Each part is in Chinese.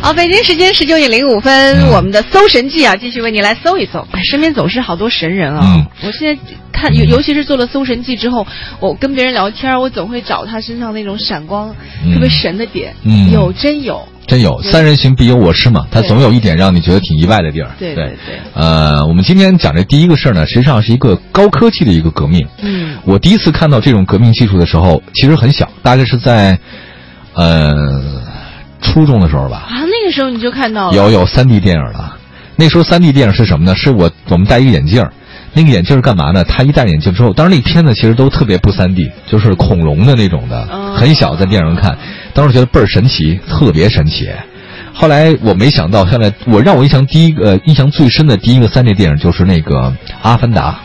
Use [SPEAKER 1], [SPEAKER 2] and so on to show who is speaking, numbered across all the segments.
[SPEAKER 1] 好，北京时间十九点零五分，
[SPEAKER 2] 嗯
[SPEAKER 1] 我们的搜神记啊，继续为您来搜一搜。哎，身边总是好多神人啊！
[SPEAKER 2] 嗯
[SPEAKER 1] 我现在看，尤尤其是做了搜神记之后，我跟别人聊天，我总会找他身上那种闪光、
[SPEAKER 2] 嗯
[SPEAKER 1] 特别神的点，
[SPEAKER 2] 嗯
[SPEAKER 1] 有真有。
[SPEAKER 2] 真有三人行必有我师嘛，他
[SPEAKER 1] 对
[SPEAKER 2] 总有一点让你觉得挺意外的地儿。
[SPEAKER 1] 对
[SPEAKER 2] 对
[SPEAKER 1] 对对
[SPEAKER 2] 呃，我们今天讲这第一个事儿呢，实际上是一个高科技的一个革命。
[SPEAKER 1] 嗯
[SPEAKER 2] 我第一次看到这种革命技术的时候，其实很小，大概是在呃初中的时候吧。
[SPEAKER 1] 啊，那个时候你就看到了，
[SPEAKER 2] 有有三 D 电影了。那时候三 D 电影是什么呢？是我我们戴一个眼镜儿，那个眼镜儿干嘛呢？他一戴眼镜之后，当然那片子其实都特别不三 D，就是恐龙的那种的
[SPEAKER 1] 哦，
[SPEAKER 2] 很小在电影上看，当时觉得倍儿神奇，特别神奇。后来我没想到，现在我让我印象第一个、呃印象最深的第一个三 D 电影就是那个《阿凡达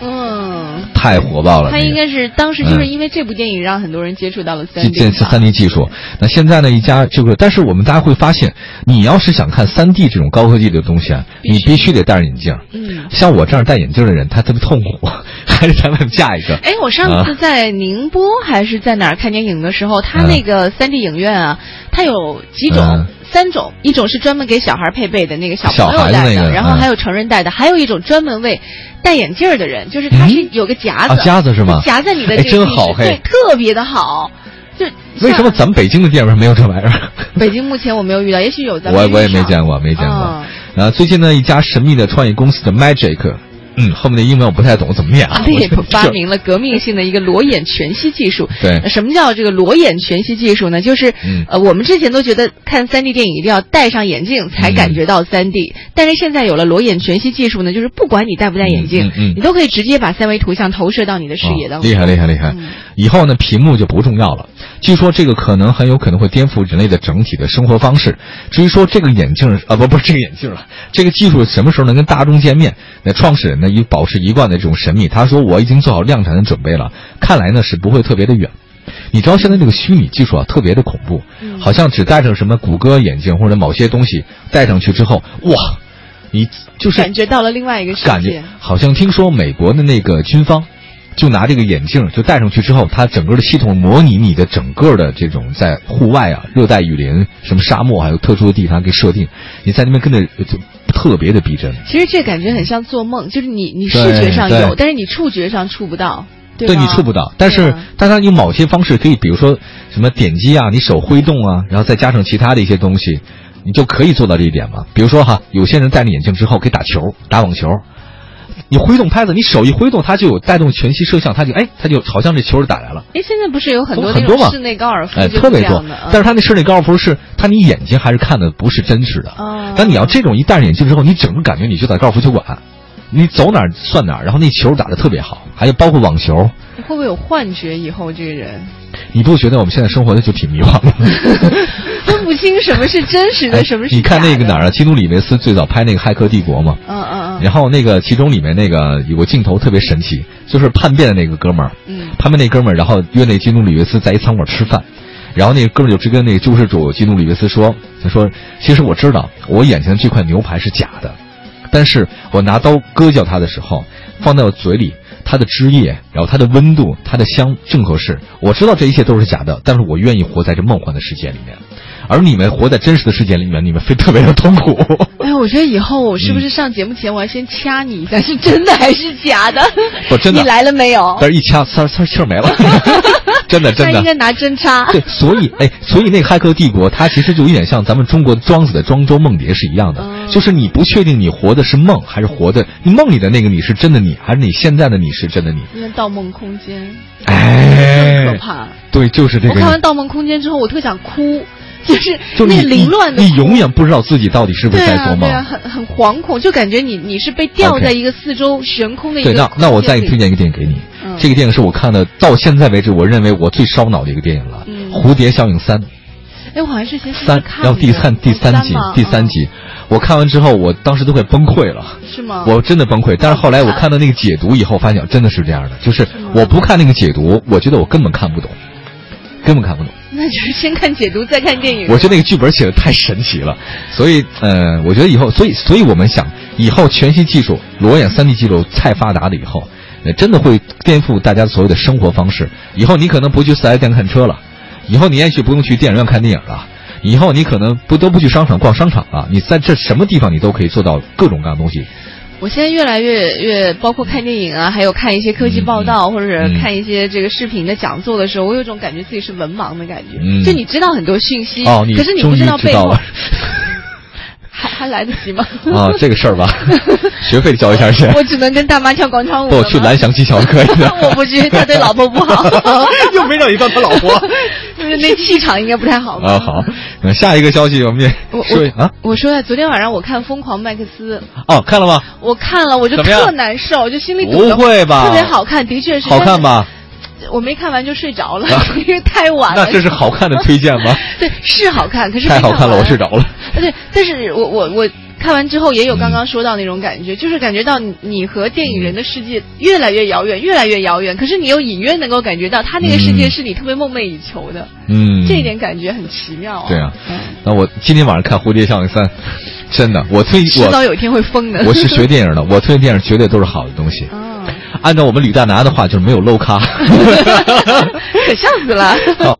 [SPEAKER 1] 嗯，》，
[SPEAKER 2] 太火爆了。
[SPEAKER 1] 他
[SPEAKER 2] 那个
[SPEAKER 1] 应该是当时就是
[SPEAKER 2] 嗯
[SPEAKER 1] 因为这部电影让很多人接触到了三
[SPEAKER 2] 这
[SPEAKER 1] D，
[SPEAKER 2] 这是三 D 技术。那现在呢，一家就是，但是我们大家会发现，你要是想看三 D 这种高科技的东西啊，你必须得戴着眼镜。
[SPEAKER 1] 嗯。
[SPEAKER 2] 像我这样戴眼镜的人，他特别痛苦， 还是咱们下一个。
[SPEAKER 1] 哎，我
[SPEAKER 2] 啊
[SPEAKER 1] 上次在宁波还是在哪儿看电影的时候，
[SPEAKER 2] 啊
[SPEAKER 1] 它那个三 D 影院啊，它有几种，
[SPEAKER 2] 嗯
[SPEAKER 1] 三种，一种是专门给小孩配备的那个小
[SPEAKER 2] 小
[SPEAKER 1] 朋友
[SPEAKER 2] 孩的
[SPEAKER 1] 戴的，
[SPEAKER 2] 那个
[SPEAKER 1] 然后
[SPEAKER 2] 嗯
[SPEAKER 1] 还有成人戴的，还有一种专门为戴眼镜儿的人，就是它是
[SPEAKER 2] 嗯
[SPEAKER 1] 有个夹子，
[SPEAKER 2] 啊，夹子是吗？
[SPEAKER 1] 夹在你的
[SPEAKER 2] 哎
[SPEAKER 1] 这个
[SPEAKER 2] 真
[SPEAKER 1] 地址
[SPEAKER 2] 好嘿
[SPEAKER 1] 对，特别的好。就
[SPEAKER 2] 为什么
[SPEAKER 1] 像
[SPEAKER 2] 咱们北京的电影院没有这玩意儿？
[SPEAKER 1] 北京目前我没有遇到，也许有咱们
[SPEAKER 2] 我我也
[SPEAKER 1] 遇上
[SPEAKER 2] 没 见过，没见过
[SPEAKER 1] 嗯。
[SPEAKER 2] 然后最近呢，一家神秘的创业公司的 Magic，嗯，后面的英文我不太懂，怎么念 啊？
[SPEAKER 1] 对
[SPEAKER 2] 我就，
[SPEAKER 1] 发明了革命性的一个裸眼全息技术。
[SPEAKER 2] 对
[SPEAKER 1] 呃什么叫这个裸眼全息技术呢？就是、
[SPEAKER 2] 嗯
[SPEAKER 1] 呃，我们之前都觉得看3 D 电影一定要戴上眼镜才感觉到3 D，、但
[SPEAKER 2] 嗯
[SPEAKER 1] 是现在有了裸眼全息技术呢，就是不管你戴不戴眼镜，
[SPEAKER 2] 嗯嗯嗯
[SPEAKER 1] 你都可以直接把三维图像投射到你的视野当
[SPEAKER 2] 哦
[SPEAKER 1] 中。
[SPEAKER 2] 厉害厉害厉害
[SPEAKER 1] 嗯！
[SPEAKER 2] 以后呢，屏幕就不重要了。据说这个可能很有可能会颠覆人类的整体的生活方式。至于说这个眼镜啊，不不是这个眼镜了，这个技术什么时候能跟大众见面？那创始人呢，也保持一贯的这种神秘。他说我已经做好量产的准备了，看来呢是不会特别的远。你知道现在这个虚拟技术啊，特别的恐怖，
[SPEAKER 1] 嗯
[SPEAKER 2] 好像只戴上什么谷歌眼镜或者某些东西戴上去之后，哇，你就是
[SPEAKER 1] 感觉到了另外一个世界。
[SPEAKER 2] 感觉好像听说美国的那个军方，就拿这个眼镜就戴上去之后，它整个的系统模拟你的整个的这种在户外啊、热带雨林、什么沙漠，还有特殊的地方给设定，你在那边跟着呃就特别的逼真。
[SPEAKER 1] 其实这感觉很像做梦，就是你你视
[SPEAKER 2] 对
[SPEAKER 1] 觉上
[SPEAKER 2] 对
[SPEAKER 1] 有，但是你触觉上触不到，对吧
[SPEAKER 2] 你触不到，但
[SPEAKER 1] 对
[SPEAKER 2] 是
[SPEAKER 1] 啊
[SPEAKER 2] 但它有某些方式可以，比如说什么点击啊，你手挥动啊，然后再加上其他的一些东西，你就可以做到这一点嘛。比如说哈，有些人戴着眼镜之后可以打球，打网球，你挥动拍子，你手一挥动，它就有带动全息摄像，它就哎，它就好像这球就打来了。
[SPEAKER 1] 哎，现在不是有很多
[SPEAKER 2] 很
[SPEAKER 1] 那
[SPEAKER 2] 多
[SPEAKER 1] 种
[SPEAKER 2] 嘛
[SPEAKER 1] 室内高尔夫，
[SPEAKER 2] 哎，
[SPEAKER 1] 就是
[SPEAKER 2] 特别
[SPEAKER 1] 这
[SPEAKER 2] 多
[SPEAKER 1] 样的，嗯
[SPEAKER 2] 但是它那室内高尔夫是它，你眼睛还是看的不是真实的。
[SPEAKER 1] 哦
[SPEAKER 2] 但你要这种一戴上眼镜之后，你整个感觉你就在高尔夫球馆，你走哪儿算哪儿，然后那球打得特别好，还有包括网球，
[SPEAKER 1] 会不会有幻觉？以后这个人
[SPEAKER 2] 你不觉得我们现在生活的就挺迷茫 的？
[SPEAKER 1] 分不清什么是真实的，
[SPEAKER 2] 哎
[SPEAKER 1] 什么是
[SPEAKER 2] 你看那个
[SPEAKER 1] 假的
[SPEAKER 2] 哪儿啊？基努里维斯最早拍那个《骇客帝国》嘛，
[SPEAKER 1] 嗯嗯嗯，
[SPEAKER 2] 然后那个其中里面那个有个镜头特别神奇，就是叛变的那个哥们儿，
[SPEAKER 1] 嗯
[SPEAKER 2] 叛变那哥们儿，然后约那基努里维斯在一餐馆吃饭，然后那个哥们儿就直跟那个救世主基努里维斯说，他说其实我知道我眼前的这块牛排是假的，但是我拿刀割掉它的时候，放在我嘴里，它的汁液，然后它的温度，它的香正合适。我知道这一切都是假的，但是我愿意活在这梦幻的世界里面，而你们活在真实的世界里面，你们非特别的痛苦。
[SPEAKER 1] 哎，我觉得以后我是不
[SPEAKER 2] 嗯
[SPEAKER 1] 是上节目前我要先掐你一下，是真的还是假的？
[SPEAKER 2] 不真的
[SPEAKER 1] 你来了没有？
[SPEAKER 2] 但是一掐，呲儿呲儿气 儿没了，真的真
[SPEAKER 1] 那应该
[SPEAKER 2] 的。
[SPEAKER 1] 拿针插。
[SPEAKER 2] 对，所以哎，所以那个《骇客帝国》，它其实就有点像咱们中国庄子的庄周梦蝶是一样的，
[SPEAKER 1] 嗯
[SPEAKER 2] 就是你不确定你活的是梦还是活的，你梦里的那个你是真的你，还是你现在的你是真的你？
[SPEAKER 1] 因为《盗梦空间》
[SPEAKER 2] 哎
[SPEAKER 1] 可，怕。
[SPEAKER 2] 对，就是这
[SPEAKER 1] 我
[SPEAKER 2] 个意
[SPEAKER 1] 看完
[SPEAKER 2] 思
[SPEAKER 1] 《。盗梦空间》之后，我特想哭，就是
[SPEAKER 2] 就
[SPEAKER 1] 那
[SPEAKER 2] 你
[SPEAKER 1] 个凌乱的
[SPEAKER 2] 你，你
[SPEAKER 1] 哭
[SPEAKER 2] 永远不知道自己到底是不
[SPEAKER 1] 对
[SPEAKER 2] 是在
[SPEAKER 1] 啊
[SPEAKER 2] 做梦
[SPEAKER 1] 对。啊，很很惶恐，就感觉你你是被吊
[SPEAKER 2] OK
[SPEAKER 1] 在一个四周悬空的一个
[SPEAKER 2] 对，那那我再
[SPEAKER 1] 空间里
[SPEAKER 2] 推荐一个电影给你，
[SPEAKER 1] 嗯
[SPEAKER 2] 这个电影是我看的到现在为止我认为我最烧脑的一个电影了，
[SPEAKER 1] 嗯
[SPEAKER 2] 蝴蝶效应三》。
[SPEAKER 1] 哎，我好像是先试试
[SPEAKER 2] 三，
[SPEAKER 1] 看
[SPEAKER 2] 然后第
[SPEAKER 1] 的
[SPEAKER 2] 三第
[SPEAKER 1] 哦
[SPEAKER 2] 三集
[SPEAKER 1] 吗
[SPEAKER 2] 第三
[SPEAKER 1] 嗯
[SPEAKER 2] 集，我看完之后，我当时都快崩溃了。
[SPEAKER 1] 是吗？
[SPEAKER 2] 我真的崩溃，但是后来我看到那个解读以后，发现真的是这样的，就是我不看那个解读，我觉得我根本看不懂，根本看不懂。
[SPEAKER 1] 那就是先看解读，再看电影。
[SPEAKER 2] 我觉得那个剧本写的太神奇了，所以呃，我觉得以后，所以所以我们想，以后全息技术、裸眼三 D 技术太发达了以后，呃，真的会颠覆大家所有的生活方式。以后你可能不去四 S 店看车了，以后你也许不用去电影院看电影了。以后你可能不都不去商场逛商场了，你在这什么地方你都可以做到各种各样的东西。
[SPEAKER 1] 我现在越来越越包括看电影啊，还有看一些科技
[SPEAKER 2] 嗯
[SPEAKER 1] 报道，或者是看一些这个视频的讲座的时候，我有种感觉自己是文盲的感觉。
[SPEAKER 2] 嗯
[SPEAKER 1] 就你知道很多讯息，
[SPEAKER 2] 哦，你
[SPEAKER 1] 可是你
[SPEAKER 2] 终
[SPEAKER 1] 不
[SPEAKER 2] 于
[SPEAKER 1] 知道
[SPEAKER 2] 知
[SPEAKER 1] 背
[SPEAKER 2] 道
[SPEAKER 1] 后，
[SPEAKER 2] 了
[SPEAKER 1] 还还来得 及吗？
[SPEAKER 2] 啊，这个事儿吧， 学费交一下去。
[SPEAKER 1] 我只能跟大妈跳广场舞了
[SPEAKER 2] 不
[SPEAKER 1] 吗。
[SPEAKER 2] 去蓝翔技巧是可以的。
[SPEAKER 1] 我不去，他对老婆不好，
[SPEAKER 2] 又没让你当 他老婆
[SPEAKER 1] 就是那气场应该不太好吧？
[SPEAKER 2] 啊。好，那下一个消息我们也
[SPEAKER 1] 我
[SPEAKER 2] 说一
[SPEAKER 1] 我
[SPEAKER 2] 啊
[SPEAKER 1] 我说呀，昨天晚上我看《疯狂麦克斯》，
[SPEAKER 2] 哦，看了吗？
[SPEAKER 1] 我看了我就
[SPEAKER 2] 怎么样
[SPEAKER 1] 特难受，就心里堵
[SPEAKER 2] 不
[SPEAKER 1] 得
[SPEAKER 2] 会吧？
[SPEAKER 1] 特别好看，的确是
[SPEAKER 2] 好看？
[SPEAKER 1] 但
[SPEAKER 2] 吧？
[SPEAKER 1] 是我没看完就睡着了
[SPEAKER 2] 啊，
[SPEAKER 1] 因为太晚了。
[SPEAKER 2] 那这是好看的推荐吗？
[SPEAKER 1] 对是好看，可是没
[SPEAKER 2] 太好看了，
[SPEAKER 1] 完啊
[SPEAKER 2] 我睡着了。
[SPEAKER 1] 对，但是我我我看完之后也有刚刚说到那种感
[SPEAKER 2] 嗯
[SPEAKER 1] 觉，就是感觉到你你和电影人的世界越来越遥远，越来越遥远。可是你又隐约能够感觉到，他那个世界
[SPEAKER 2] 嗯
[SPEAKER 1] 是你特别梦寐以求的，
[SPEAKER 2] 嗯，
[SPEAKER 1] 这一点感觉很奇妙啊。
[SPEAKER 2] 对啊
[SPEAKER 1] 嗯，
[SPEAKER 2] 那我今天晚上看《蝴蝶效应三》，真的，我推
[SPEAKER 1] 迟早
[SPEAKER 2] 我
[SPEAKER 1] 有一天会疯的。
[SPEAKER 2] 我 是学电影的，我推荐电影绝对都是好的东西。
[SPEAKER 1] 啊，
[SPEAKER 2] 按照我们李大拿的话，就是没有 low 咖。
[SPEAKER 1] 可笑死了。
[SPEAKER 2] 好